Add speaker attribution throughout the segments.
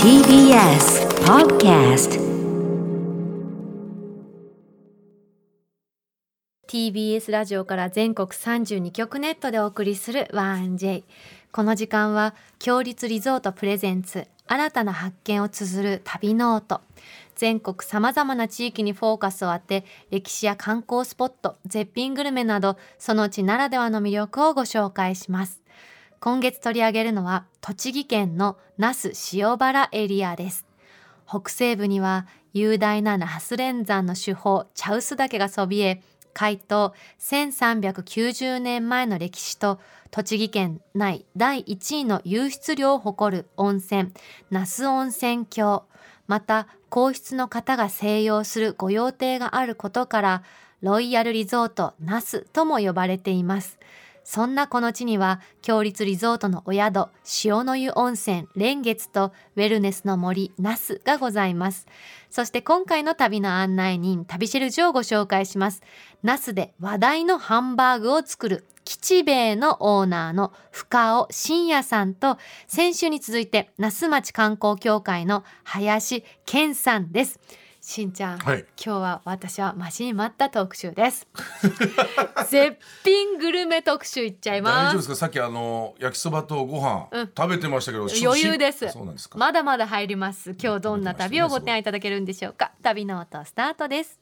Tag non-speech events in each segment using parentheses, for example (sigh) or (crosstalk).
Speaker 1: TBS Podcast
Speaker 2: TBS ラジオから全国32局ネットでお送りする「1J」この時間は「強立リゾートプレゼンツ新たな発見」を綴る旅ノート全国さまざまな地域にフォーカスを当て歴史や観光スポット絶品グルメなどその地ならではの魅力をご紹介します今月取り上げるのは栃木県の那須塩原エリアです北西部には雄大な那須連山の主峰茶臼岳がそびえ開湯1390年前の歴史と栃木県内第1位の湧出量を誇る温泉那須温泉郷また皇室の方が静養する御用邸があることからロイヤルリゾート那須とも呼ばれていますそんなこの地には強立リゾートのお宿塩の湯温泉蓮月とウェルネスの森那須がございますそして今回の旅の案内人旅シェルジュをご紹介します那須で話題のハンバーグを作る吉兵衛のオーナーの深尾真也さんと先週に続いて那須町観光協会の林健さんですしんちゃん、
Speaker 3: はい
Speaker 2: 今日は私は待ちに待った特集です (laughs) 絶品グルメ特集いっちゃい
Speaker 3: 大
Speaker 2: ま
Speaker 3: 丈夫ですすかさっきあの焼きそばとご飯、
Speaker 2: うん
Speaker 3: 食べてましたけどちょっと
Speaker 2: 余裕です
Speaker 3: そうなんですか、
Speaker 2: まだまだ入ります今日どんな旅をご提案いただけるんでしょうか旅の音スタートです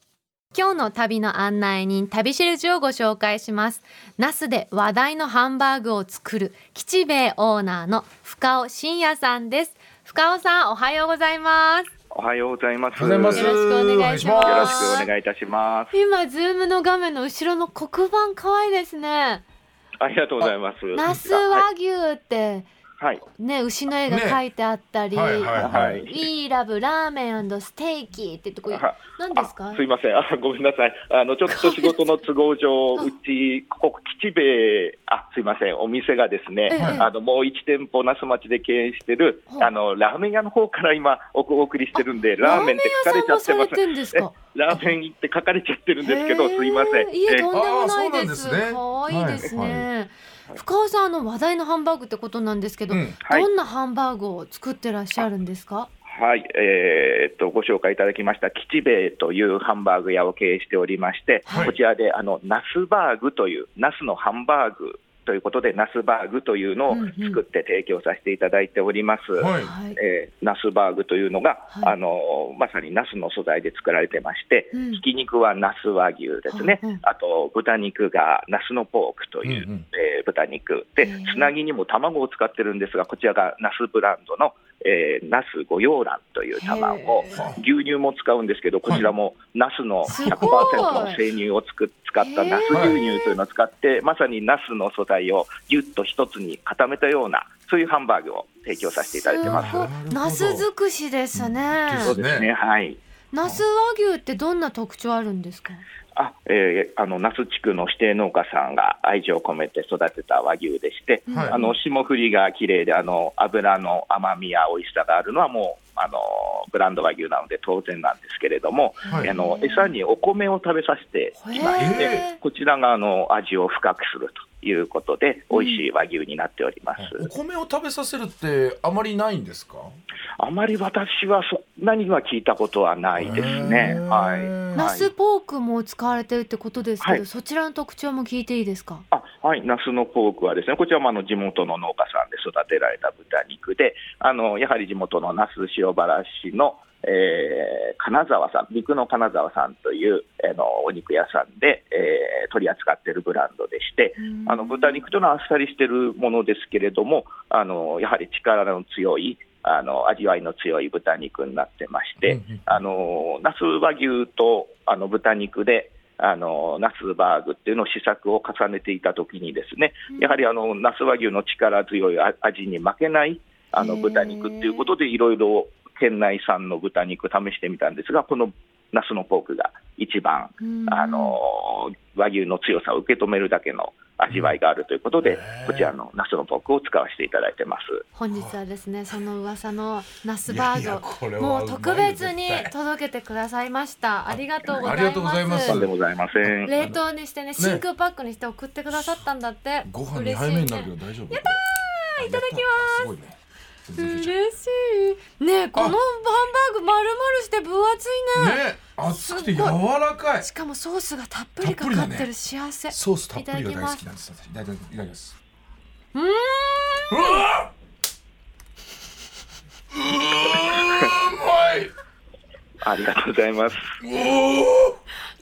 Speaker 2: 今日の旅の案内人旅しるじをご紹介します那須で話題のハンバーグを作る吉兵衛オーナーの深尾真也さんです深尾さんおはようございます
Speaker 4: おはようございます。
Speaker 3: おはようござい
Speaker 2: よろ
Speaker 3: ま
Speaker 2: しくお願いします
Speaker 4: よろしくお願いいたします。
Speaker 2: 今ズームの画面の後ろの黒板可愛いですね
Speaker 4: ありがとうございます。
Speaker 2: 那須
Speaker 4: は
Speaker 2: 和牛って
Speaker 4: い、はい、
Speaker 2: ね牛の絵が書いてあったり、
Speaker 3: はいはいはい、
Speaker 4: はい
Speaker 2: We love ラーメンステーキってとこ
Speaker 4: は
Speaker 2: 何ですか
Speaker 4: あすいませんあ、ごめんなさい。あのちょっと仕事の都合上、うちここ吉兵衛あ、すいません、お店がですね、
Speaker 2: ええ
Speaker 4: あのもう一店舗那須町で経営してる
Speaker 2: ほう
Speaker 4: あのラーメン屋の方から今おお送りしてるんで、ラーメンって書かれちゃ
Speaker 2: ラ
Speaker 4: って
Speaker 2: ーメン屋さんもさ
Speaker 4: ま
Speaker 2: れ
Speaker 4: す。
Speaker 2: てんですか
Speaker 4: ラーメンって書かれちゃってるんですけど、
Speaker 2: へー
Speaker 4: すいません。
Speaker 2: いえ、
Speaker 4: え
Speaker 2: とんでもないです。
Speaker 3: あーそうなんです
Speaker 2: 可
Speaker 3: ね
Speaker 2: 愛いですね。
Speaker 3: は
Speaker 2: 深尾さん、あの話題のハンバーグってことなんですけど、
Speaker 3: うん
Speaker 4: はい
Speaker 2: どんなハンバーグを作ってらっしゃるんですか。
Speaker 4: はい、えーっとご紹介いただきました吉兵衛というハンバーグ屋を経営しておりまして、
Speaker 3: はい
Speaker 4: こちらであのナスバーグというナスのハンバーグということでナスバーグというのを
Speaker 2: うんうん
Speaker 4: 作って提供させていただいております。
Speaker 3: はい
Speaker 2: はい。
Speaker 4: えーナスバーグというのが、
Speaker 2: はい
Speaker 4: あのまさにナスの素材で作られてまして、
Speaker 2: うん
Speaker 4: ひき肉はナス和牛ですね、
Speaker 2: うんうん
Speaker 4: あと豚肉がナスのポークという、
Speaker 3: うんうん
Speaker 4: えー豚肉で、
Speaker 2: へー
Speaker 4: つなぎにも卵を使ってるんですが、こちらがナスブランドの、えー、ナス御用卵という卵
Speaker 2: へー
Speaker 3: は
Speaker 4: 牛乳も使うんですけど、こちらもナスの
Speaker 2: すごい
Speaker 4: 100%の生乳をつく使った
Speaker 2: へー
Speaker 4: ナス牛乳というのを使って、まさにナスの素材をぎゅっと一つに固めたような、そういうハンバーグを提供させていただいてます。
Speaker 2: すごい
Speaker 3: なるほど
Speaker 2: ナス尽くしですね。
Speaker 3: うん
Speaker 4: そうです
Speaker 3: ね
Speaker 4: ね、はい。
Speaker 2: ナス和牛ってどんな特徴あるんですか。
Speaker 4: あ、えー、あの那須地区の指定農家さんが愛情を込めて育てた和牛でして、
Speaker 3: はい
Speaker 4: あの霜降りが綺麗であの脂の甘みや美味しさがあるのはもうあのブランド和牛なので当然なんですけれども、
Speaker 3: はい
Speaker 4: あの餌にお米を食べさせていまして、
Speaker 2: へー
Speaker 4: こちらがあの味を深くするということで美味しい和牛になっております。
Speaker 3: お米を食べさせるってあまりないんですか
Speaker 4: あまり私はそんなには聞いたことはないですね。はい。
Speaker 2: ナ
Speaker 3: は
Speaker 2: スポークも使われてるってことですけど、
Speaker 4: はい
Speaker 2: そちらの特徴も聞いていいですか。
Speaker 4: あはい、ナスのポークはですね、こちらもあの地元の農家さんで育てられた豚肉で、あのやはり地元の那須塩原市の、えー金沢さん、肉の金沢さんという、あのお肉屋さんで、えー取り扱っているブランドでして、あの豚肉というのはあっさりしているものですけれども、あのやはり力の強い、あの味わいの強い豚肉になってまして、
Speaker 3: うんうん
Speaker 4: あの那須和牛とあの豚肉であのナスバーグっていうのを試作を重ねていたときにですね、やはりあの那須和牛の力強いあ味に負けないあ
Speaker 2: へ
Speaker 4: の
Speaker 2: ー
Speaker 4: 豚肉っていうことでいろいろ県内産の豚肉試してみたんですがこの那須のポークが一番
Speaker 2: うん
Speaker 4: あの和牛の強さを受け止めるだけの味わいがあるということ
Speaker 3: へ
Speaker 4: で
Speaker 3: ー
Speaker 4: こちらの那須のポークを使わせていただいてます。
Speaker 2: 本日はですねその噂のナスバ
Speaker 3: いやいや
Speaker 2: ー
Speaker 3: こ
Speaker 2: グ
Speaker 3: れ
Speaker 2: を
Speaker 3: は
Speaker 2: もう特別に
Speaker 3: うまいよ絶対
Speaker 2: 届けてくださいましたありがとうござ
Speaker 3: ありがとうござ
Speaker 2: い
Speaker 3: い
Speaker 2: ま
Speaker 3: ます
Speaker 4: とんでもございません。
Speaker 2: 冷凍にしてね真空パックにして送ってくださったんだって
Speaker 3: ご飯
Speaker 2: 嬉
Speaker 3: 二
Speaker 2: し
Speaker 3: 杯
Speaker 2: い
Speaker 3: 目
Speaker 2: ね
Speaker 3: になるけど大丈夫やったーいただきますごいね
Speaker 2: 嬉
Speaker 3: ね
Speaker 2: しいねえこのハンバーグ丸々して分厚いね
Speaker 3: 熱くて柔らかい
Speaker 2: しかもソースがたっぷりかか
Speaker 3: た
Speaker 2: っ
Speaker 3: っぷり
Speaker 2: て
Speaker 3: だ
Speaker 2: る
Speaker 3: ね
Speaker 2: 幸せ、
Speaker 3: ソースたっぷりが大好きなんです私いただきいただきますうーんうわーう
Speaker 4: ありがとうございます。
Speaker 3: まいうおー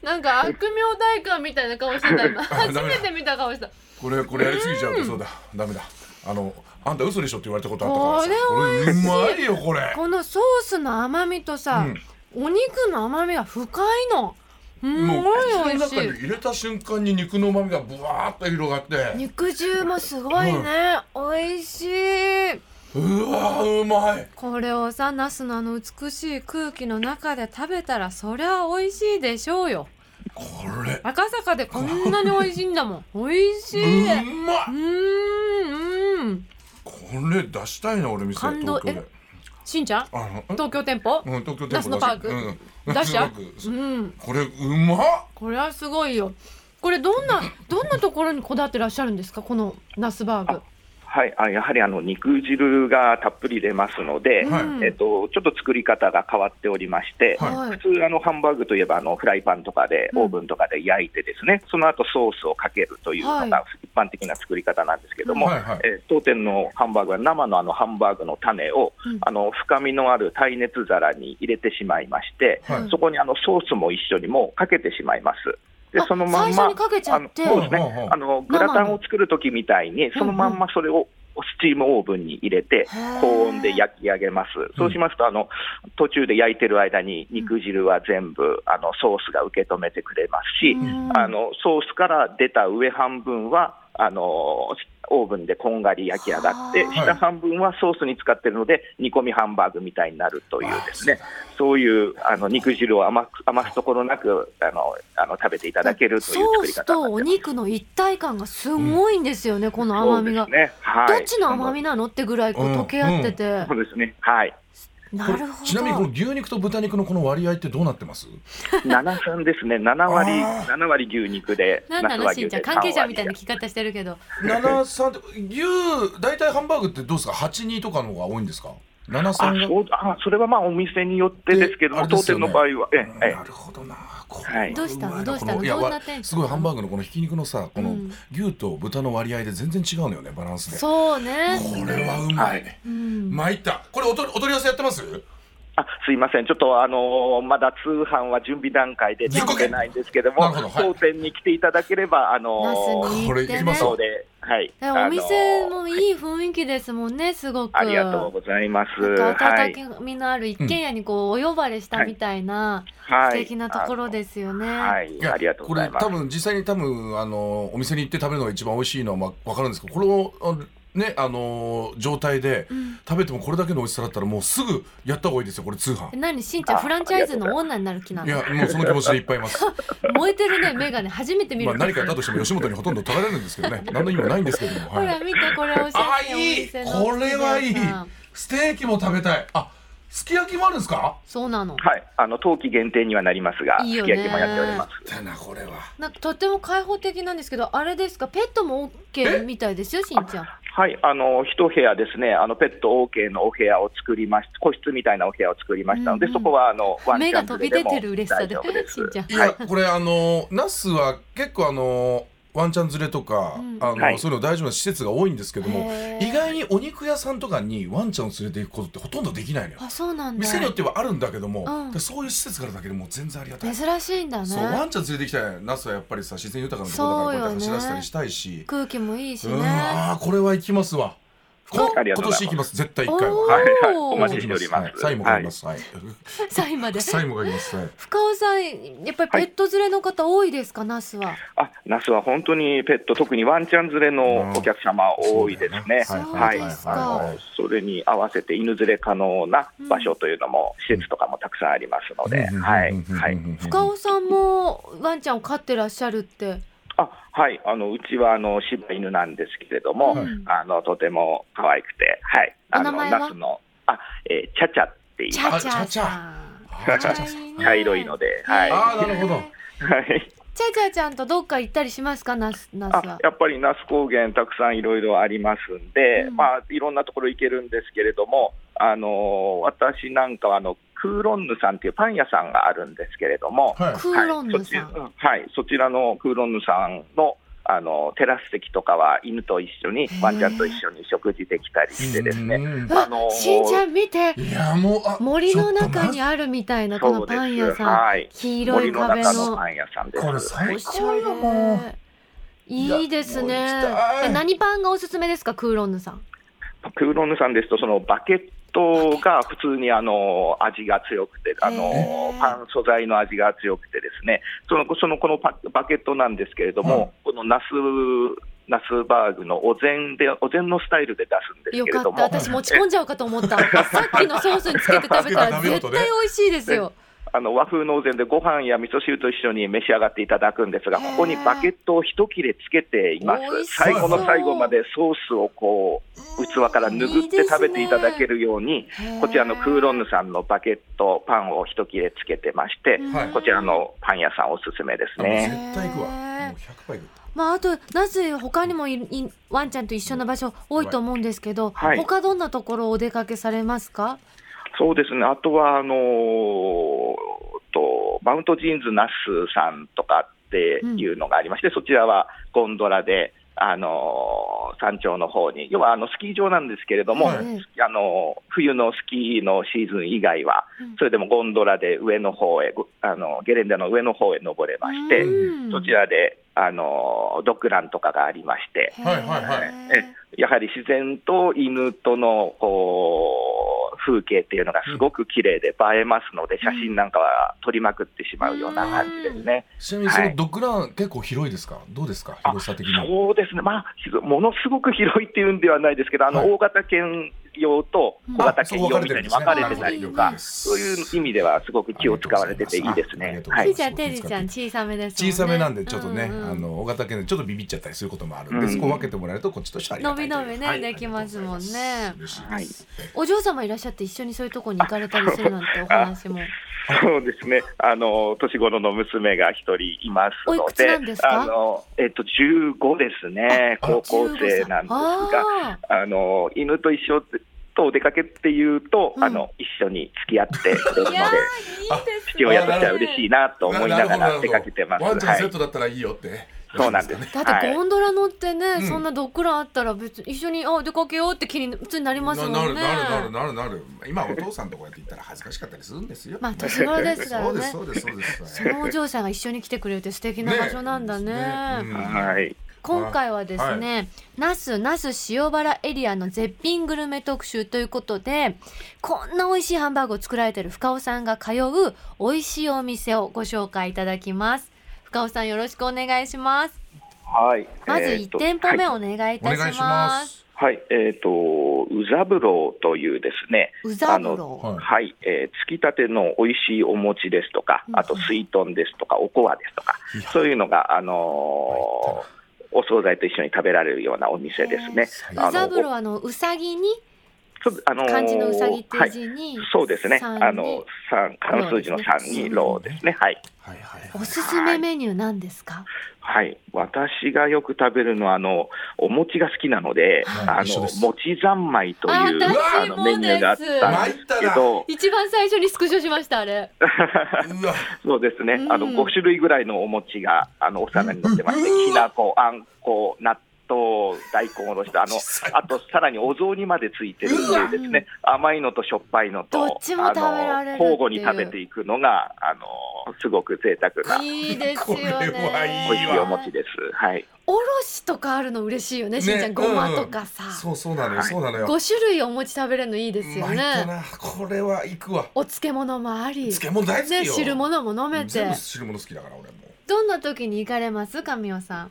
Speaker 2: なんか悪名大官みたいな顔してた
Speaker 3: (laughs)
Speaker 2: 今初
Speaker 3: ダメだ
Speaker 2: めて見た顔した
Speaker 3: これこれやりすぎちゃうとそうだダメだあのあんた嘘でしょって言われたことあったから
Speaker 2: これ美味しい
Speaker 3: これうまいよこれ
Speaker 2: このソースの甘みとさ、お肉の甘みが深いのす
Speaker 3: もう
Speaker 2: ごい
Speaker 3: 口
Speaker 2: 美
Speaker 3: の
Speaker 2: 味し
Speaker 3: 中に
Speaker 2: い
Speaker 3: 入れた瞬間に肉の旨味がぶわーっと広がって
Speaker 2: 肉汁もすごいね、美味しいう
Speaker 3: わーうまい
Speaker 2: これをさナスのあの美しい空気の中で食べたらそりゃ美味しいでしょうよ
Speaker 3: これ
Speaker 2: 赤坂でこんなに美味しいんだもん美味しいううん
Speaker 3: まい
Speaker 2: ーんうん
Speaker 3: これ出したいな俺店
Speaker 2: 感動
Speaker 3: 東京で
Speaker 2: えしんちゃん
Speaker 3: あの
Speaker 2: 東京店舗、
Speaker 3: うん東京
Speaker 2: ナ
Speaker 3: 店
Speaker 2: ス
Speaker 3: 舗
Speaker 2: のパーク
Speaker 3: うん
Speaker 2: 出しちゃ
Speaker 3: ナスのパ
Speaker 2: う
Speaker 3: ーク
Speaker 2: ん
Speaker 3: これうまっ
Speaker 2: これはすごいよこれどんなどんなところにこだわってらっしゃるんですかこのナスバーグ
Speaker 4: はい、あやはりあの肉汁がたっぷり出ますので、
Speaker 3: はい
Speaker 2: うん
Speaker 4: えっと、ちょっと作り方が変わっておりまして、
Speaker 3: はい
Speaker 4: 普通あのハンバーグといえばあのフライパンとかで
Speaker 2: うん
Speaker 4: オーブンとかで焼いてですね、その後ソースをかけるというの
Speaker 2: は
Speaker 4: が一般的な作り方なんですけども、
Speaker 3: はいはい
Speaker 4: えー当店のハンバーグは生のあのハンバーグの種を、
Speaker 2: うん
Speaker 4: あの深みのある耐熱皿に入れてしまいまして、
Speaker 3: はい
Speaker 4: そこにあのソースも一緒にもうかけてしまいます。で
Speaker 2: あ
Speaker 4: そのまん
Speaker 2: 最
Speaker 4: ま
Speaker 2: 初にかけちゃって
Speaker 4: あのそうです
Speaker 3: うんうん
Speaker 4: ね
Speaker 3: う。ん
Speaker 4: あのグラタンを作る時みたいにそのまんまそれをスチームオーブンに入れて
Speaker 2: へー
Speaker 4: 高温で焼き上げます。そうしますとあの途中で焼いてる間に肉汁は全部あのソースが受け止めてくれますし、
Speaker 2: うん
Speaker 4: あのソースから出た上半分はあのオーブンでこんがり焼き上がって
Speaker 2: は
Speaker 3: あ
Speaker 4: 下半分はソースに使ってるので煮込みハンバーグみたいになるというですねそういうあの肉汁を余す余すところなくあのあの食べていただけると
Speaker 2: ソ
Speaker 4: いう作
Speaker 2: ー
Speaker 4: り
Speaker 2: ス
Speaker 4: 方
Speaker 2: と
Speaker 4: になって
Speaker 2: お
Speaker 4: ます
Speaker 2: 肉の一体感がすごいんですよね、この甘みが、
Speaker 4: そうですねはい、
Speaker 2: どっちの甘みなのってぐらいこう
Speaker 3: うん
Speaker 2: 溶け合ってて、
Speaker 4: そうですね。はい。
Speaker 2: な
Speaker 3: これ
Speaker 2: るほど
Speaker 3: ちなみにこの牛肉と豚肉のこの割合ってどうなってます
Speaker 4: 七分ですね。七割
Speaker 3: あー
Speaker 4: 七割牛肉で、
Speaker 2: なんだ
Speaker 4: 那須
Speaker 2: の
Speaker 4: 和
Speaker 2: し
Speaker 4: 牛
Speaker 2: んちゃん
Speaker 4: で
Speaker 2: 関係者みたいな聞
Speaker 4: 三
Speaker 2: き方してるけど
Speaker 3: 七三って牛大体ハンバーグってどうですか八二とかの方が多いんですか七三
Speaker 4: 割
Speaker 3: が
Speaker 4: あ、そうあ、それはまあお店によってですけど
Speaker 3: であ
Speaker 4: も、
Speaker 3: れで
Speaker 4: 当
Speaker 3: すよね
Speaker 4: 店の場合は、ええええ
Speaker 3: なるほどな。こ
Speaker 4: はい
Speaker 2: どうしたの
Speaker 3: まいな
Speaker 2: どうしたの
Speaker 3: こいや
Speaker 2: どんな
Speaker 3: わ
Speaker 2: テンション
Speaker 3: すごいハンバーグのこのひき肉のさ、
Speaker 2: う
Speaker 3: この
Speaker 2: ん
Speaker 3: 牛と豚の割合で全然違うのよね、バランスで。
Speaker 2: そうね、
Speaker 3: これはうま
Speaker 4: はいい。
Speaker 2: うん、
Speaker 3: 参った。これおとお取り寄せやってます？
Speaker 4: あすいません、ちょっと、あのーまだ通販は準備段階でで
Speaker 3: 自己
Speaker 4: き
Speaker 3: 検
Speaker 4: てないんですけど
Speaker 3: な
Speaker 4: も、
Speaker 3: るほどはい
Speaker 4: 当店に来ていただければ、あ
Speaker 2: ナ
Speaker 4: の
Speaker 2: スに行
Speaker 3: こ
Speaker 2: っ
Speaker 3: れ
Speaker 2: て
Speaker 3: 行
Speaker 2: ね
Speaker 3: きま
Speaker 4: ー、
Speaker 3: すわ
Speaker 4: そうで、はい、
Speaker 2: だからお店
Speaker 4: あのー
Speaker 2: もいい雰囲気ですもんねすごく
Speaker 4: ありがとうございます。
Speaker 2: なんか
Speaker 4: は
Speaker 2: 温
Speaker 4: い、
Speaker 2: かみのある一軒家にこうお呼ばれしたみたいな
Speaker 4: は
Speaker 2: 素
Speaker 4: い
Speaker 2: 敵なところですよね、、
Speaker 4: あのはいい、ありがとうございます
Speaker 3: これ多。分実際に多分あのお店に行って食べるのが一番美味しいのはまわかるんですけど、これをあねあの状態で食べてもこれだけの美味しさだったらもうすぐやった方がいいですよ。これ通販。
Speaker 2: 何しんちゃん
Speaker 4: あ
Speaker 2: フランチャイズの女になる気ないの
Speaker 3: やもうその気持ちでいっぱいい
Speaker 4: (laughs)
Speaker 3: ます。
Speaker 2: 燃えてるね眼鏡初めて見
Speaker 3: まあ
Speaker 2: る、
Speaker 3: 何かあったとしても吉本にほとんど取られるんですけどね。何の意味もないんですけど
Speaker 4: (laughs)
Speaker 3: も。
Speaker 2: ほ
Speaker 3: はい
Speaker 2: ら見てこれおしゃ
Speaker 3: あ
Speaker 2: れなお
Speaker 3: いい
Speaker 2: 店の
Speaker 3: これはいい
Speaker 2: ピザ屋さん
Speaker 3: ステーキも食べたいあすき焼きもあるんですか
Speaker 2: そうなの
Speaker 4: はい、あの冬季限定にはなりますが、
Speaker 2: いいよ
Speaker 4: す
Speaker 2: ね
Speaker 4: き焼きもやっております。
Speaker 3: だなこれは
Speaker 2: なんかとっても開放的なんですけどあれですかペットも OK みたいですよしんちゃん
Speaker 4: はい、あの一部屋ですね、あのペット OK のお部屋を作りまし個室みたいなお部屋を作りましたので、
Speaker 2: うんうん
Speaker 4: そこはあのワンち
Speaker 2: 目
Speaker 4: ゃ
Speaker 2: が
Speaker 4: ん
Speaker 2: 飛び
Speaker 4: 連
Speaker 2: 出
Speaker 4: れでも
Speaker 2: てる嬉しさ
Speaker 4: 大
Speaker 2: で
Speaker 4: 丈夫です
Speaker 2: しんちゃん
Speaker 3: いやこれあのナスは結構あのワンちゃん連れとか、
Speaker 2: うん
Speaker 3: あの
Speaker 4: はい
Speaker 3: そういうの大丈夫な施設が多いんですけども
Speaker 2: へー
Speaker 3: 意外にお肉屋さんとかにワンちゃんを連れて行くことってほとんどできないのよ
Speaker 2: あそうなんだ
Speaker 3: 店によってはあるんだけども、
Speaker 2: うん
Speaker 3: でそういう施設からだけでもう全然ありがたい、
Speaker 2: 珍しいんだ
Speaker 3: そうワ
Speaker 2: ね
Speaker 3: ンちゃん連れてきたらナスはやっぱりさ自然豊かなところだからこうやって走らせたりしたいし
Speaker 2: 空気もいいし
Speaker 3: うん
Speaker 2: ね
Speaker 3: あーこれは行きますわこ
Speaker 4: あり
Speaker 3: 今
Speaker 4: がとうござい
Speaker 3: 年行
Speaker 4: ます
Speaker 3: きます絶対一回は
Speaker 4: はい、は
Speaker 2: お
Speaker 4: い、
Speaker 2: ー
Speaker 4: お待ちしておりま
Speaker 3: はい
Speaker 4: す。
Speaker 3: サインも書きます。はい。
Speaker 2: サインまで
Speaker 3: サインも書きます。はい。
Speaker 2: 深尾さんやっぱりペット連れの方多いですか、ナスは
Speaker 4: はい、あ、ナスは本当にペット、特にワンちゃん連れのお客様多いですね。
Speaker 2: そうだよね
Speaker 4: はい、
Speaker 2: そう
Speaker 4: は
Speaker 2: で
Speaker 4: い
Speaker 2: すか
Speaker 4: あのそれに合わせて犬連れ可能な場所というのも、施設とかもたくさんありますので、はい、はい。
Speaker 2: 深尾さんもワンちゃんを飼ってらっしゃるって
Speaker 4: あはい、あのうちはあの柴犬なんですけれども、
Speaker 2: うん
Speaker 4: あのとても可愛くて、はい、あの
Speaker 2: お名前は
Speaker 4: ナスのあ、えー、チャチャっていう
Speaker 2: チャチャ
Speaker 3: チャチ
Speaker 2: さん
Speaker 3: ャ
Speaker 2: はい
Speaker 4: 茶色いので、はい、
Speaker 3: あ
Speaker 4: は
Speaker 3: ーなるほど
Speaker 2: ね
Speaker 4: い、
Speaker 2: ちゃいちゃいちゃんとどっか行ったりしますか、ナス、ナス
Speaker 4: あ
Speaker 2: は。
Speaker 4: やっぱり那須高原、たくさんいろいろありますんで、
Speaker 2: うん
Speaker 4: まあ、いろんなところ行けるんですけれども、あのー私なんかはあのクーロンヌさんっていうパン屋さんがあるんですけれども、
Speaker 3: はい
Speaker 2: クーロンヌさん。
Speaker 4: はいそちらはい、そちらのクーロンヌさんのあのテラス席とかは犬と一緒に
Speaker 2: ー
Speaker 4: ワンちゃんと一緒に食事できたりしてですね、
Speaker 3: うん
Speaker 4: あの
Speaker 2: あ、しんちゃん見て、
Speaker 3: いやもうあ
Speaker 2: 森の中に
Speaker 3: ちょっ
Speaker 2: あるみたいな、こ
Speaker 4: そ
Speaker 2: の
Speaker 4: うで
Speaker 2: パン
Speaker 4: す
Speaker 2: 屋さん。
Speaker 4: はい、
Speaker 2: 黄色い
Speaker 4: 森の
Speaker 2: 壁
Speaker 4: 中の
Speaker 2: の
Speaker 4: パ。ン屋さんで
Speaker 3: と
Speaker 4: す。
Speaker 3: これ最
Speaker 2: おし
Speaker 3: 高
Speaker 2: ゃ
Speaker 3: だもん
Speaker 2: れ。いいです
Speaker 3: い
Speaker 2: ね
Speaker 3: やもう行きた。い
Speaker 2: え何パンがおすすめですか、クーロンヌさん。
Speaker 4: クーロンヌさんですと、そのバケットが普通にあの味が強くて、あの
Speaker 2: へー
Speaker 4: パン素材の味が強くてですね、そのそのこのパバケットなんですけれども、このナスナスバーグのお膳でお膳のスタイルで出すんです
Speaker 2: よ
Speaker 4: けれ
Speaker 2: か
Speaker 4: ど
Speaker 2: った、
Speaker 4: も、
Speaker 2: 私持ち込んじゃうかと思
Speaker 4: (laughs)
Speaker 2: った。さっきのソースにつけて食べたら、絶対美味しいですよ。
Speaker 4: あの和風のお膳でご飯や味噌汁と一緒に召し上がっていただくんですが、
Speaker 2: へー
Speaker 4: ここにバケットを一切れつけています
Speaker 2: 美味し。そう
Speaker 4: 最後の最後までソースをこう器から拭って食べていただけるように。こちらのクーロンヌさんのバケットパンを一切れつけてまして、
Speaker 3: はい
Speaker 4: こちら。のパン屋さんおすすめです
Speaker 3: と待って
Speaker 4: ね。
Speaker 3: 絶対行くわもう
Speaker 2: へー
Speaker 3: 100杯行く
Speaker 2: まあ、あと、なぜ他にもいいワンちゃんと一緒の場所多いと思うんですけど、
Speaker 4: はい
Speaker 2: 他どんなところをお出かけされますか。
Speaker 4: そうですね。あとはあのーとマウントジーンズナスさんとかっていうのがありまして、そちらはゴンドラで。あのー山頂の方に、要はあのスキー場なんですけれども、
Speaker 3: はい
Speaker 4: あのー冬のスキーのシーズン以外は
Speaker 2: うん、
Speaker 4: それでもゴンドラで上の方へ、ごあのゲレンデの上の方へ登れまして、
Speaker 2: うん
Speaker 4: そちらで、あのドッグランとかがありまして、
Speaker 3: はいはいはい
Speaker 4: えやはり自然と犬とのこう風景っていうのがすごく綺麗で映えますので、写真なんかは撮りまくってしまうような感じですね。
Speaker 3: ちなみにそ
Speaker 4: は
Speaker 3: の
Speaker 4: い
Speaker 3: ドッグラン結構広いですかどうですか
Speaker 4: あ
Speaker 3: 広さ的に
Speaker 4: そうですね、まあ、ひどものすごく広いっていうんではないですけど、あの
Speaker 3: はい
Speaker 4: 大型犬用と小型犬用みたいに分かれてたりとか、そういう意味ではすごく気を使われてていいです
Speaker 3: あり
Speaker 4: ね
Speaker 3: が。とうござ
Speaker 4: は
Speaker 3: ま
Speaker 4: い
Speaker 2: し
Speaker 4: い
Speaker 2: ーちゃん、てりちゃん、小さめですもんね。
Speaker 3: 小さめなんでちょっとね、
Speaker 2: うんうん
Speaker 3: あの大型犬でちょっとビビっちゃったりすることもあるんで、
Speaker 4: うん
Speaker 3: そこ分けてもらえるとこっちとしてはありがたいという
Speaker 2: 伸び伸びね
Speaker 3: はい
Speaker 2: できますもんね
Speaker 3: 嬉しいです
Speaker 4: はい
Speaker 2: お嬢様いらっしゃって、一緒にそういうところに行かれたりするなんてお話も。
Speaker 4: そうですね。あの年頃の娘が一人いますので、
Speaker 2: おいくつなんですか
Speaker 4: あのえっと15ですね。
Speaker 3: あ
Speaker 4: 高校生なんですが、
Speaker 2: あ
Speaker 4: あの犬と一緒とお出かけっていうと、
Speaker 2: うん
Speaker 4: あの一緒に付き合ってくれるの
Speaker 2: ーい
Speaker 4: で
Speaker 2: や、ー、いいですね。
Speaker 4: 父親としては嬉しいなと思いなが
Speaker 3: るほ
Speaker 4: ら
Speaker 3: ど
Speaker 4: 出かけてます。
Speaker 3: ワンちゃん
Speaker 4: はい
Speaker 3: セッ。トだったらいいよって、
Speaker 4: そうなんです。
Speaker 2: だっ
Speaker 4: は
Speaker 2: て
Speaker 4: い
Speaker 2: ゴンドラ乗ってね、
Speaker 3: ん
Speaker 2: そんなドッグランあったら別に一緒にあ出かけようって気に普通になり
Speaker 3: な
Speaker 2: ますもんね。
Speaker 3: なるなるなるなるなる今お父さんとこうやって言ったら恥ずかしかったりするんですよ
Speaker 2: まあ年頃ですからね
Speaker 3: そう (laughs) ですそうですそうです
Speaker 2: そのお嬢さんが一緒に来てくれるって素敵な場所なんだね。
Speaker 3: ねうん
Speaker 4: はい。
Speaker 2: 今回はですね、那須那須塩原エリアの絶品グルメ特集ということで、こんな美味しいハンバーグを作られてる深尾さんが通う美味しいお店をご紹介いただきます。深尾さんよろしくお願いします。
Speaker 4: はい。
Speaker 2: まず
Speaker 4: えー
Speaker 2: 1
Speaker 4: っと
Speaker 2: 店舗目
Speaker 4: はい
Speaker 2: お願いい
Speaker 3: お
Speaker 2: た
Speaker 3: 願い
Speaker 2: し
Speaker 3: し
Speaker 2: ま。
Speaker 3: ますす
Speaker 4: はい。えーっとウザブローというですね。
Speaker 2: うざぶろう。
Speaker 3: はい
Speaker 4: はい、えー、つきたての美味しいお餅ですとか
Speaker 2: う、ん
Speaker 4: あと水豚ですとか、おこわですとか
Speaker 3: いや、
Speaker 4: そういうのが、あのーお惣菜と一緒に食べられるようなお店ですね。
Speaker 3: 最
Speaker 4: あ
Speaker 2: う
Speaker 3: 高
Speaker 2: ざ
Speaker 4: の
Speaker 2: ぶろうあのうさぎに
Speaker 4: ちょっとあのー
Speaker 2: 漢字のうさぎって
Speaker 4: は
Speaker 2: いう
Speaker 4: い、
Speaker 2: 字に、
Speaker 4: そうですね。
Speaker 2: さんに
Speaker 4: あの三関数字の三にローですね。はい。
Speaker 3: はいはいはい
Speaker 2: おすすめメニューなんですか。
Speaker 4: はい、私がよく食べるのはあのお餅が好きなので、
Speaker 3: はい
Speaker 4: あ
Speaker 3: 一緒
Speaker 4: の
Speaker 3: です
Speaker 4: 餅三昧という
Speaker 2: あ
Speaker 4: あ
Speaker 2: 私
Speaker 4: の
Speaker 2: も
Speaker 4: メニューがあっ
Speaker 2: です
Speaker 4: たんですけど、
Speaker 2: 一番最初にスクショしましたあれ。
Speaker 3: うわ
Speaker 4: そうですね、あの
Speaker 2: うん
Speaker 4: 5種類ぐらいのお餅があのお皿に乗ってまして、きなこ、あんこ、納豆、大根おろしと、あの
Speaker 3: 最高
Speaker 4: あとさらにお雑煮までついてる
Speaker 3: うわ
Speaker 4: んでです、ね、甘いのとしょっぱいの
Speaker 2: どっ
Speaker 4: と、
Speaker 2: ちも食べられるっていう
Speaker 4: あの交互に食べていくのが、あのすごく贅沢な。
Speaker 2: いいですよね。
Speaker 3: これはい
Speaker 4: 美味しいお餅です。はい。
Speaker 2: おろしとかあるの嬉しいよね。しんちゃん、
Speaker 3: ね
Speaker 2: ごまとかさ。
Speaker 3: そうそうなのよそうなのよ
Speaker 2: 五種類お餅食べれるのいいですよ
Speaker 3: 参った
Speaker 2: ね。
Speaker 3: なこれは行くわ
Speaker 2: お漬物もあり。
Speaker 3: 漬物大好きよ、
Speaker 2: ね、汁物も飲めて
Speaker 3: 全部。汁物好きだから俺も
Speaker 2: どんな時に行かれます、神尾さん。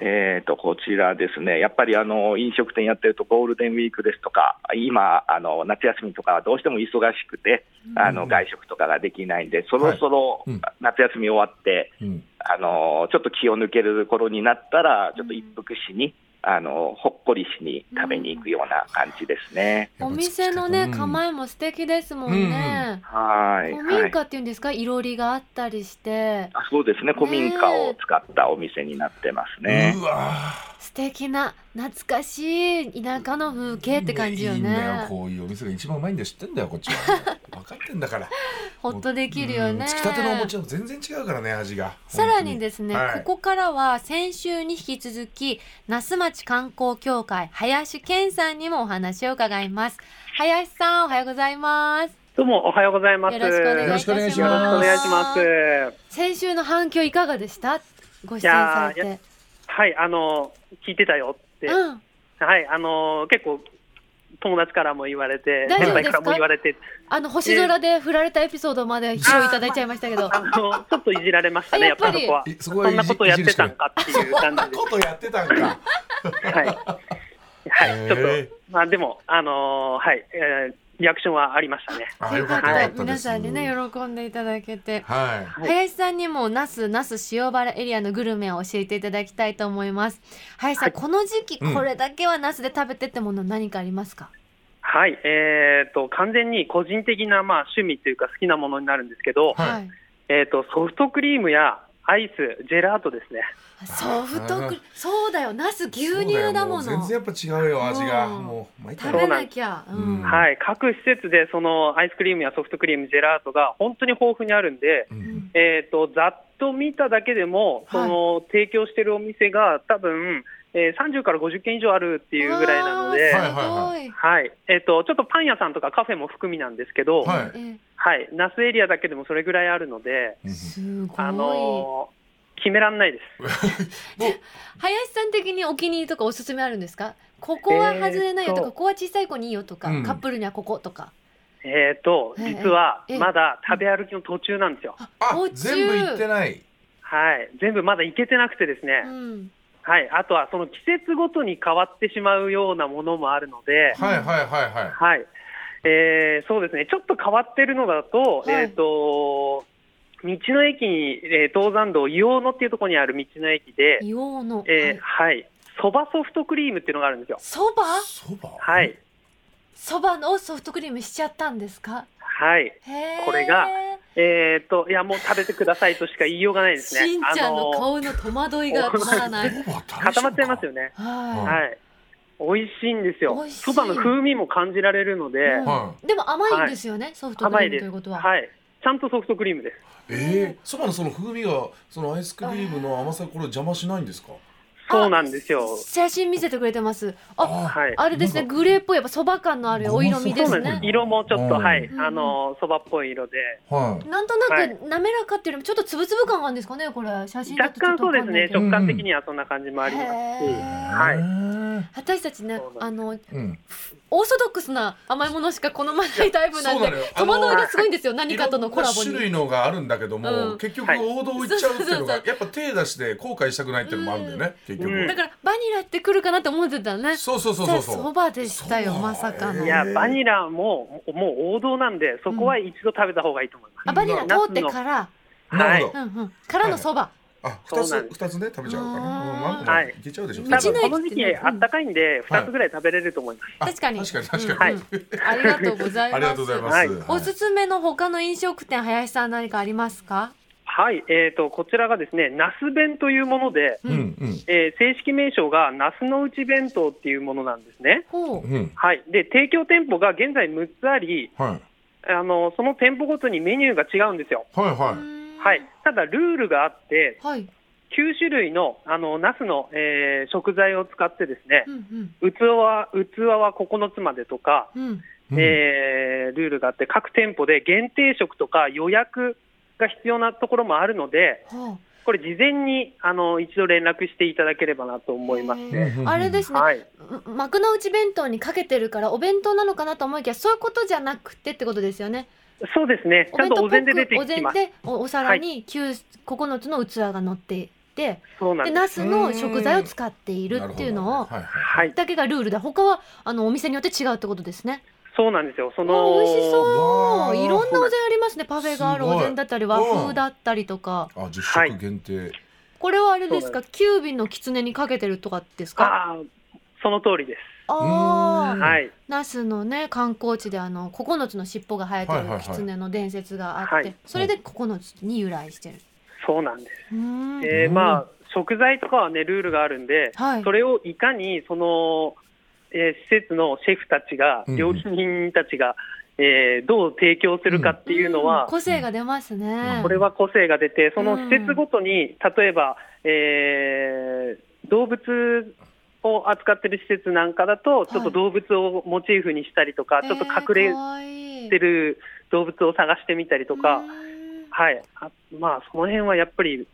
Speaker 4: えー、とこちらですね、やっぱりあの飲食店やってると、ゴールデンウィークですとか、今、あの夏休みとかはどうしても忙しくて、あの外食とかができないんで、そろそろ
Speaker 3: はいうん
Speaker 4: 夏休み終わって、
Speaker 3: うん
Speaker 4: あのちょっと気を抜ける頃になったら、ちょっと一服しに、あのほっこりしに食べに行くような感じですね。
Speaker 2: お店のね、構
Speaker 3: え。
Speaker 2: えも素敵ですもんね。
Speaker 4: はい。
Speaker 2: 古
Speaker 4: は
Speaker 2: 民
Speaker 4: い
Speaker 2: 家っていうんですか、いろりがあったりして、
Speaker 4: あそうですね古民家を使ったお店になってますね。
Speaker 3: うわ
Speaker 2: 素敵な懐かしい田舎の風景って感じよ
Speaker 3: いいんだよ
Speaker 2: ね。
Speaker 3: こういうお店が一番うまいんだよ知ってんだよこっ
Speaker 2: (laughs)
Speaker 3: ちは分かってんだから
Speaker 2: ほっとできるよ
Speaker 3: うん
Speaker 2: ね。
Speaker 3: つきたてのお餅は全然違うからね味が
Speaker 2: さらにですね、
Speaker 3: はい
Speaker 2: ここからは先週に引き続き、那須町観光協会、林健さんにもお話を伺います。林さん、おはようございます。
Speaker 5: どうもおはようございます。
Speaker 2: よろしくお願いいたします。
Speaker 3: よろしく
Speaker 5: よろしくお願いします。
Speaker 2: 先週の反響いかがでしたご出演
Speaker 5: いやー
Speaker 2: されて。
Speaker 5: はい、あの聞いてたよって、
Speaker 2: うん。
Speaker 5: はい、あの結構友達からも言われて、
Speaker 2: 大丈夫
Speaker 5: 先輩からも言われて、
Speaker 2: あの星空で振られたエピソードまで披露いただいちゃいましたけど、
Speaker 5: あのちょっといじられましたね、
Speaker 2: あ
Speaker 5: や
Speaker 2: やっ
Speaker 5: っぱ
Speaker 2: ぱ
Speaker 5: り
Speaker 2: り
Speaker 5: そこ
Speaker 3: えそこは
Speaker 5: は。そんなことやってたん
Speaker 3: か
Speaker 5: かっていう感じ
Speaker 3: ことやってたんか
Speaker 5: で、はい、はい、ちょっ
Speaker 3: へ
Speaker 5: とまあでもあのはい、えーリアクションはありましたね。
Speaker 3: ーあ
Speaker 2: よ
Speaker 3: よか
Speaker 2: か
Speaker 3: っ
Speaker 2: ったた
Speaker 3: よかったで
Speaker 2: 皆
Speaker 3: す
Speaker 2: さんにね喜んでいただけて、
Speaker 3: はい
Speaker 5: はい
Speaker 2: 林さんにも那須那須塩原エリアのグルメを教えていただきたいと思います林さん、
Speaker 5: はい
Speaker 2: この時期
Speaker 3: うん
Speaker 2: これだけは那須で食べてってもの何かありますか、
Speaker 5: はい、えー、と完全に個人的なまあ趣味というか好きなものになるんですけど、
Speaker 3: はい
Speaker 5: えー、とソフトクリームやアイス、ジェラートですね。
Speaker 2: ソフトクリそうだよ那須牛
Speaker 3: そうよ
Speaker 2: 乳だもの
Speaker 3: う全然やっぱ違うよ味が
Speaker 2: うん
Speaker 3: もう毎
Speaker 2: 食
Speaker 3: 回
Speaker 2: べなきゃう
Speaker 3: うなん
Speaker 2: ん、
Speaker 5: はい、各施設でそのアイスクリームやソフトクリーム、ジェラートが本当に豊富にあるんで、
Speaker 2: う
Speaker 3: う
Speaker 2: んん
Speaker 5: えー、とざっと見ただけでも、
Speaker 2: はい
Speaker 5: その提供してるお店が多分、えー30から50軒以上あるっていうぐらいなので、
Speaker 2: わ
Speaker 5: は
Speaker 3: は
Speaker 5: いう
Speaker 2: あすごい、
Speaker 5: えー、とちょっとパン屋さんとかカフェも含みなんですけど、
Speaker 3: は
Speaker 5: はい
Speaker 3: い
Speaker 2: え
Speaker 5: 那須エリアだけでもそれぐらいあるので、
Speaker 3: う
Speaker 2: え
Speaker 3: ん
Speaker 2: すごい、
Speaker 5: あのー決めらんないです。
Speaker 2: 林さん的にお気に入りとかおすすめあるんですかここは外れないよとか、
Speaker 5: えーっと
Speaker 2: ここは小さい子にいいよとか、
Speaker 3: うん
Speaker 2: カップルにはこことか
Speaker 5: えー、と
Speaker 2: ええ
Speaker 5: 実は
Speaker 2: ええ
Speaker 5: まだ食べ歩きの途中なんですよ。
Speaker 3: あ
Speaker 2: お中
Speaker 3: 全部行ってない
Speaker 5: はい、全部まだ行けてなくてですね。
Speaker 2: うん、
Speaker 5: はい、あとはその季節ごとに変わってしまうようなものもあるので、
Speaker 3: はいはいはいはい
Speaker 5: はいえーそうですねちょっと変わってるのだと,、
Speaker 2: はい
Speaker 5: えー、と道の駅に、えー東山道硫黄野っていうところにある道の駅で、
Speaker 2: 硫黄の
Speaker 5: えーはい、そばソフトクリームっていうのがあるんですよ。
Speaker 2: そば
Speaker 3: そば
Speaker 5: はい、
Speaker 2: そばのソフトクリームしちゃったんですか
Speaker 5: はい
Speaker 2: へー
Speaker 5: これがえー、といやもう食べてくださいとしか言いようがないですね。
Speaker 2: しんちゃんの
Speaker 5: あの
Speaker 2: 顔の戸惑いが (laughs) 止まら
Speaker 5: (laughs)
Speaker 2: ない
Speaker 5: 固まっちゃいますよね。
Speaker 2: は
Speaker 5: はい、美味しいんですよ
Speaker 2: 美味しい
Speaker 5: そばの風味も感じられるので、
Speaker 2: うん
Speaker 3: はい
Speaker 2: でも甘いんですよね、ソフトクリームということは、
Speaker 5: はい、ちゃんとソフトクリームです。
Speaker 3: ええそばのその風味がそのアイスクリームの甘さこれ邪魔しないんですか
Speaker 5: そうなんですよ。
Speaker 2: 写真見せてくれてますあ
Speaker 3: あ
Speaker 5: はい。
Speaker 2: あれですね
Speaker 3: なん
Speaker 2: グレーっぽいやっぱそば感のあるお色味で
Speaker 5: そう
Speaker 2: す
Speaker 5: なんです
Speaker 2: ね
Speaker 3: ご。い
Speaker 5: 色もちょっと、
Speaker 3: うん
Speaker 5: はい
Speaker 2: うん、
Speaker 5: あの、そばっぽい色で。
Speaker 3: はい
Speaker 2: なんとな
Speaker 5: は
Speaker 2: く滑らかっていうよりもちょっとつぶつぶ感があるんですかねこれ写真だ
Speaker 5: 若
Speaker 2: とちょっ
Speaker 5: 干
Speaker 2: と
Speaker 5: そ
Speaker 2: わか
Speaker 5: うで
Speaker 2: ん
Speaker 5: す
Speaker 2: ない
Speaker 5: ね。
Speaker 2: けど
Speaker 5: 直感的にはそんな感じもありますし。
Speaker 2: へ
Speaker 5: はい
Speaker 3: い
Speaker 2: 私たちね
Speaker 5: そうなんです
Speaker 2: あの
Speaker 3: うん
Speaker 2: オーソドックスな甘いものしか好まないタイプなん
Speaker 3: そうな
Speaker 2: で
Speaker 3: のよ
Speaker 2: 戸惑い
Speaker 3: あの
Speaker 2: がすごいんですよ何かとのコラボ
Speaker 3: いろんな種
Speaker 2: に。
Speaker 3: 類のがあるんだけども、
Speaker 2: うん
Speaker 3: 結局
Speaker 5: はい
Speaker 3: 王道行っちゃうって
Speaker 2: そう
Speaker 3: いうのが
Speaker 2: そうそう
Speaker 3: やっぱ手出して後悔したくないっていうのもあるんだよね、結局、
Speaker 5: うん
Speaker 2: だからバニラってくるかなって思ってたね。
Speaker 3: そうそうそうそう
Speaker 2: じゃあ
Speaker 3: そ
Speaker 2: そうばでしたよ
Speaker 3: そう
Speaker 2: まさか
Speaker 3: うん
Speaker 2: の
Speaker 5: い。や、バニラも、もう王道なんで、そこは一度食べた方がいいと思います。
Speaker 2: あバニラ通ってから、
Speaker 3: なるほ
Speaker 2: う
Speaker 3: ど、
Speaker 2: んうん、からのそば。
Speaker 3: あ二
Speaker 5: そうなん
Speaker 3: つ
Speaker 5: です
Speaker 3: 二つね食べちゃうか
Speaker 2: あ
Speaker 3: ら
Speaker 2: ー
Speaker 3: うんあんこも
Speaker 5: はい
Speaker 3: いけちゃうでしょ
Speaker 2: 道
Speaker 5: 多
Speaker 2: の
Speaker 5: 分
Speaker 2: 駅
Speaker 5: この時期あったかいんで、
Speaker 3: うん
Speaker 5: 二つぐらい食べれると思います。
Speaker 3: あ
Speaker 2: 確かに。
Speaker 3: 確かに確かに、
Speaker 2: うんうんありがとうございます。
Speaker 3: ありがとうございます、
Speaker 5: はい
Speaker 2: おすすめの他の飲食店林さん何かありますか？
Speaker 5: はい、えっと、こちらがですね、ナス弁というもので、
Speaker 3: うんうん
Speaker 5: えー正式名称がナスの内弁当っていうものなんですね。
Speaker 2: ほう。
Speaker 3: うん
Speaker 5: はい。で、提供店舗が現在6つあり、
Speaker 3: はい
Speaker 5: あのその店舗ごとにメニューが違うんですよ。
Speaker 3: はいは
Speaker 2: う
Speaker 3: い
Speaker 2: ーん
Speaker 5: はい、ただ、ルールがあって、
Speaker 2: はい。
Speaker 5: 9種類のあのナスの、えー食材を使ってですね
Speaker 2: う、ん
Speaker 5: 器は器は9つまでとか、
Speaker 2: うんうん。
Speaker 3: うん
Speaker 5: えールールがあって、各店舗で限定食とか予約が必要なところもあるので、
Speaker 2: ほう。
Speaker 5: これ、事前にあの一度連絡していただければなと思います。
Speaker 2: へーあれですね。
Speaker 5: はい、
Speaker 2: ん幕の内弁当にかけてるからお弁当なのかなと思いきやそういうことじゃなくてってことですよね。
Speaker 5: そうですね、ちゃんとお膳で出て
Speaker 2: お
Speaker 5: き
Speaker 2: 膳
Speaker 5: ます。
Speaker 2: でおお皿に九9つの器が乗っていて、
Speaker 5: そうなん
Speaker 2: で
Speaker 5: です。
Speaker 2: ナスの食材を使っているっていうのを
Speaker 3: なるほどはいはい
Speaker 5: はい、
Speaker 2: だけがルールで他はあのお店によって違うってことですね。
Speaker 5: そうなんですよ。そ
Speaker 2: あ
Speaker 5: の
Speaker 2: 美味しそう。
Speaker 3: わあ
Speaker 2: いろんなお膳ありますね。パフェがある
Speaker 3: すごい
Speaker 2: お膳だったり和風だったりとか
Speaker 3: あ十食限定、
Speaker 2: ここれはあれですかキュービの狐にかけてるとかですか
Speaker 5: ああその通りです、
Speaker 2: あ
Speaker 3: う
Speaker 2: あ
Speaker 3: ん
Speaker 5: はい
Speaker 2: 那須のね観光地であの9つの尻尾が生えて
Speaker 3: はいはいは
Speaker 2: る
Speaker 3: い
Speaker 2: 狐の伝説があって、
Speaker 5: はい
Speaker 2: それで9つに由来してる。
Speaker 5: そうなんです、
Speaker 2: うーん
Speaker 5: えーまあ食材とかはねルールがあるんで
Speaker 2: はい
Speaker 5: それをいかにその、えー施設のシェフたちが
Speaker 3: うんうん
Speaker 5: 料理人たちが、えーどう提供するかっていうのは、
Speaker 2: ん個性が出ますね。
Speaker 5: これは個性が出て、その
Speaker 2: うん
Speaker 5: 施設ごとに、例えば、えー動物を扱ってる施設なんかだと、ちょっと動物をモチーフにしたりとか、ちょっと隠れ
Speaker 2: て
Speaker 5: てる動物を探してみたりとか、はい、あまあ、その辺はやっぱり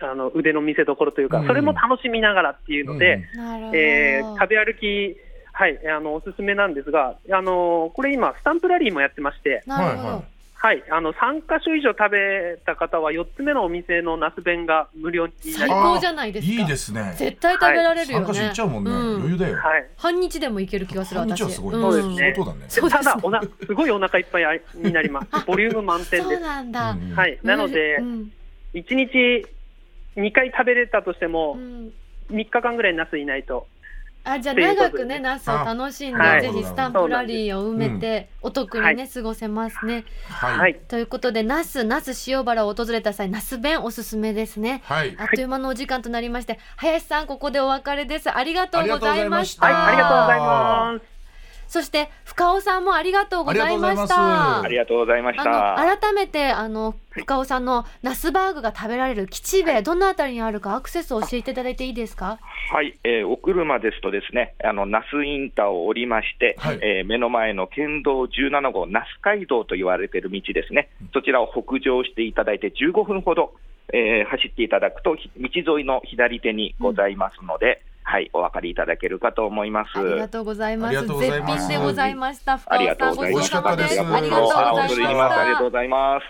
Speaker 5: あの腕の見せ所というか、
Speaker 3: うん
Speaker 5: それも楽しみながらっていうので、
Speaker 2: なるほど。
Speaker 5: えー食べ歩き、はい、あのおすすめなんですが、あのこれ今、スタンプラリーもやってまして、
Speaker 2: なるほど。
Speaker 3: はいは
Speaker 5: はい、あの3か所以上食べた方は、4つ目のお店のナス弁が無料にな
Speaker 2: 最
Speaker 5: りま
Speaker 2: 高じゃないですか。
Speaker 3: いいですね
Speaker 2: 絶対食べられるよ
Speaker 3: 参
Speaker 2: ね。
Speaker 3: 加し行っちゃうもんね、
Speaker 2: ん
Speaker 3: 余裕だよ
Speaker 5: す。はい
Speaker 2: 半日でもいける気がする
Speaker 3: 半
Speaker 2: 私。
Speaker 3: 日はすごい、
Speaker 5: そうです
Speaker 3: 相
Speaker 5: ね
Speaker 3: 当だね
Speaker 5: で
Speaker 2: そうです
Speaker 5: た
Speaker 2: ね
Speaker 5: だおな、すごいお腹いっぱいありになります、ボリューム満点
Speaker 2: (laughs) そう
Speaker 5: です。
Speaker 2: なんだ。
Speaker 3: うんうん
Speaker 5: はい、なので
Speaker 2: う、ん
Speaker 5: 1日2回食べれたとしても
Speaker 2: う、ん
Speaker 5: 3日間ぐらいナスいないと、
Speaker 2: あじゃあ
Speaker 5: っていうこ
Speaker 2: 長
Speaker 5: と
Speaker 2: くね
Speaker 5: で
Speaker 2: ナスを楽しんで、
Speaker 5: はい
Speaker 2: ぜひスタンプラリーを埋めて、お得にね、
Speaker 5: は
Speaker 2: 過ごせますね。
Speaker 3: はい
Speaker 5: はい、
Speaker 2: ということでナスナス塩原を訪れた際ナス弁おすすめですね。
Speaker 3: はい
Speaker 2: あっという間のお時間となりまして林さんここでお別れです。ありがとうございました。
Speaker 3: あ
Speaker 5: は
Speaker 3: ー
Speaker 5: い、ありがとうございます。
Speaker 2: そして深尾さんもありがとうございまし
Speaker 3: あ
Speaker 2: た
Speaker 4: あ。りがとうございまし
Speaker 2: あ
Speaker 4: た。
Speaker 2: の改めてあの深尾さんのナスバーグが食べられる吉兵衛、どのあたりにあるかアクセスを教えていただいていいですか。
Speaker 4: はい、えーお車ですとですね、あの那須インターを降りまして、
Speaker 3: はい
Speaker 4: えー目の前の県道17号那須街道と言われている道ですね。そちらを北上していただいて15分ほど、えー走っていただくとひ道沿いの左手にございますので、はい、お分かりいただけるかと思います。
Speaker 2: ありがとうございま
Speaker 3: あ
Speaker 2: す。
Speaker 3: りがとうございます
Speaker 2: 絶品でございました。深
Speaker 4: あり
Speaker 2: 尾
Speaker 4: が
Speaker 2: さ
Speaker 4: と
Speaker 2: ん
Speaker 4: う
Speaker 2: ご
Speaker 4: ご
Speaker 2: ち
Speaker 4: ざ
Speaker 2: そ
Speaker 4: いうま
Speaker 3: 美味しか
Speaker 4: し
Speaker 2: さ
Speaker 3: った
Speaker 2: ま
Speaker 4: た。
Speaker 2: で
Speaker 3: で
Speaker 2: す。
Speaker 3: すありがとうござい
Speaker 2: ありがとうございまし
Speaker 3: 恐れ入りま
Speaker 4: ありがとう
Speaker 2: た
Speaker 4: ご。ざいます。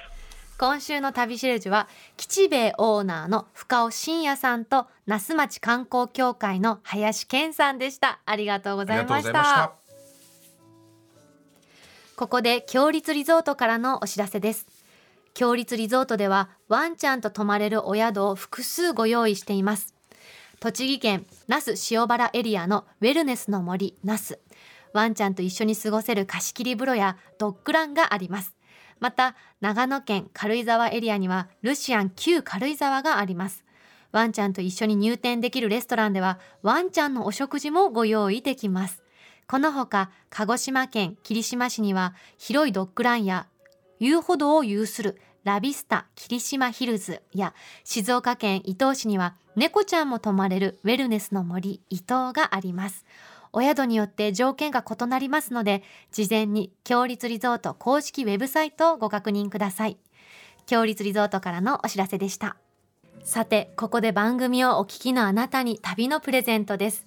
Speaker 2: 今週の旅しるじは吉兵衛オーナーの深尾真也さんと那須町観光協会の林健さんでした。ありがとうご
Speaker 3: あり
Speaker 2: ざ
Speaker 3: が
Speaker 2: い
Speaker 3: と
Speaker 2: ま
Speaker 3: うござ
Speaker 2: し
Speaker 3: いました
Speaker 2: た。。ここで強立リゾートからのお知らせです強立リゾートではワンちゃんと泊まれるお宿を複数ご用意しています栃木県那須塩原エリアのウェルネスの森那須ワンちゃんと一緒に過ごせる貸し切り風呂やドッグランがありますまた長野県軽井沢エリアにはルシアン旧軽井沢がありますワンちゃんと一緒に入店できるレストランではワンちゃんのお食事もご用意できますこのほか鹿児島県霧島市には広いドッグランや遊歩道を有するラビスタ霧島ヒルズや静岡県伊東市には猫ちゃんも泊まれるウェルネスの森伊東がありますお宿によって条件が異なりますので事前に強立リゾート公式ウェブサイトをご確認ください強立リゾートからのお知らせでしたさてここで番組をお聞きのあなたに旅のプレゼントです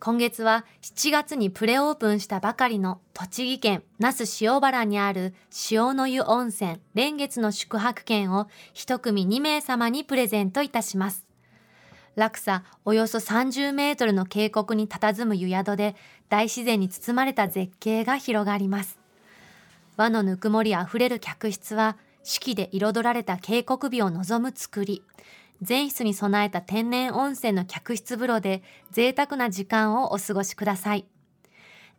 Speaker 2: 今月は7月にプレオープンしたばかりの栃木県那須塩原にある塩の湯温泉連月の宿泊券を一組2名様にプレゼントいたします落差およそ30メートルの渓谷に佇む湯宿で大自然に包まれた絶景が広がります和のぬくもりあふれる客室は四季で彩られた渓谷美を望む造り全室に備えた天然温泉の客室風呂で贅沢な時間をお過ごしください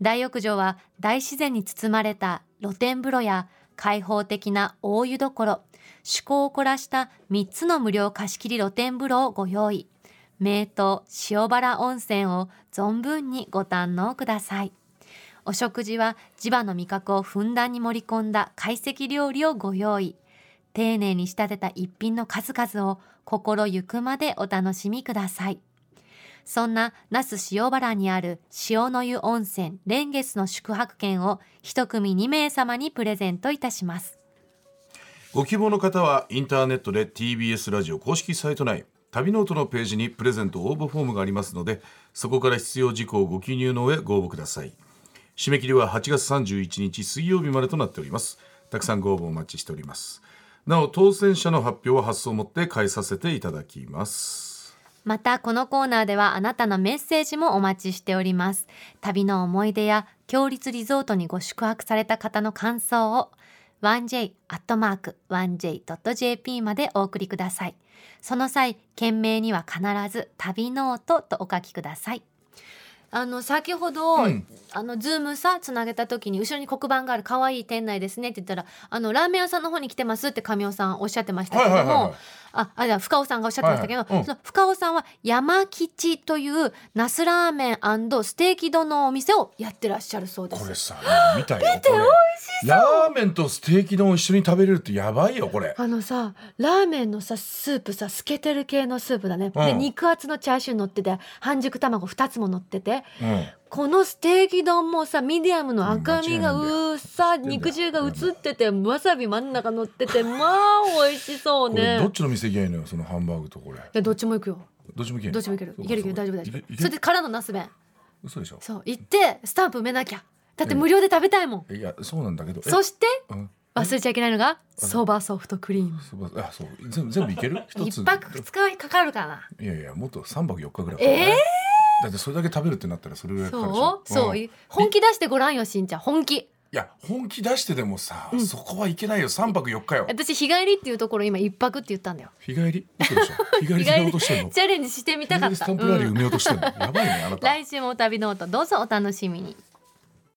Speaker 2: 大浴場は大自然に包まれた露天風呂や開放的な大湯どころ趣向を凝らした3つの無料貸し切り露天風呂をご用意名湯塩原温泉を存分にご堪能くださいお食事は地場の味覚をふんだんに盛り込んだ懐石料理をご用意丁寧に仕立てた一品の数々を心ゆくまでお楽しみくださいそんな那須塩原にある塩の湯温泉蓮月の宿泊券を一組2名様にプレゼントいたします
Speaker 3: ご希望の方はインターネットで TBS ラジオ公式サイト内旅ノートのページにプレゼント応募フォームがありますのでそこから必要事項をご記入の上ご応募ください締め切りは8月31日水曜日までとなっておりますたくさんご応募お待ちしておりますなお当選者の発表は発送をもって返させていただきます
Speaker 2: またこのコーナーではあなたのメッセージもお待ちしております旅の思い出や強立リゾートにご宿泊された方の感想を 1j.1j.jp までお送りください。その際、件名には必ず旅ノートとお書きください。あの先ほど、
Speaker 3: うん
Speaker 2: あのズームさつなげた時に後ろに黒板がある可愛い店内ですねって言ったらあのラーメン屋さんの方に来てますって神尾さんおっしゃってましたけども、
Speaker 3: はいはいはいはい
Speaker 2: ああじゃあ深尾さんがおっしゃってましたけど、
Speaker 3: はいはいうん
Speaker 2: その深尾さんは山吉というナスラーメンステーキ丼のお店をやってらっしゃるそうで
Speaker 3: こ
Speaker 2: す
Speaker 3: れさ見たよこれラーメンとステーキ丼を一緒に食べれるってやばいよこ
Speaker 2: (laughs)
Speaker 3: れ
Speaker 2: あのさラーメンのさスープさ透けてる系のスープだね、
Speaker 3: う
Speaker 2: で
Speaker 3: ん
Speaker 2: 肉厚のチャーシュー乗ってて半熟卵2つも乗ってて
Speaker 3: うん
Speaker 2: このステーキ丼もさミディアムの赤身が
Speaker 3: うん間違いないんだ
Speaker 2: うーさ
Speaker 3: 知ってんだよ
Speaker 2: 肉汁が映っててわさび真ん中乗っててまあ美味しそう
Speaker 3: これど
Speaker 2: ね
Speaker 3: っちの店行きゃいいのよそのハンバーグとこれ
Speaker 2: いやどっちも行くよ
Speaker 3: どっちも行けんの
Speaker 2: どっちも行ける
Speaker 3: そう
Speaker 2: い
Speaker 3: か
Speaker 2: けるいける
Speaker 3: そ
Speaker 2: 大
Speaker 3: う
Speaker 2: 丈夫大丈
Speaker 3: かいけい
Speaker 2: 夫
Speaker 3: け
Speaker 2: それでからのナス弁
Speaker 3: 嘘でしょ
Speaker 2: そう行ってスタンプ埋めなきゃだって無料で食べたいもん
Speaker 3: いやそうなんだけどえ
Speaker 2: そして
Speaker 3: うん
Speaker 2: 忘れちゃいけないのがそばソフトクリーム
Speaker 3: そうあそう全部全部いける一つ
Speaker 2: (laughs) 一泊二日はかかるかない
Speaker 3: やいやもっと三泊四日ぐらいかかる
Speaker 2: ええ
Speaker 3: だってそれだけ食べるってなったらそれぐらいかかるでし
Speaker 2: そ
Speaker 3: ょ
Speaker 2: うそ
Speaker 3: ん
Speaker 2: う
Speaker 3: い
Speaker 2: い本気出してごらんよしんちゃん本気
Speaker 3: や本気出してでもさ、そこはいけないよ三泊四日よ
Speaker 2: 私日帰りっていうところ今一泊って言ったんだよ
Speaker 3: 日帰り嘘でしょ日帰り
Speaker 2: 日
Speaker 3: で
Speaker 2: 帰
Speaker 3: 落
Speaker 2: り
Speaker 3: としてん
Speaker 2: (laughs)
Speaker 3: の
Speaker 2: チャレンジしてみたか
Speaker 3: 日帰
Speaker 2: っ
Speaker 3: りス
Speaker 2: た
Speaker 3: タンプラリー
Speaker 2: うん
Speaker 3: 埋めようとしてんの、やばいねあなた
Speaker 2: 来週もお旅ノートどうぞお楽しみに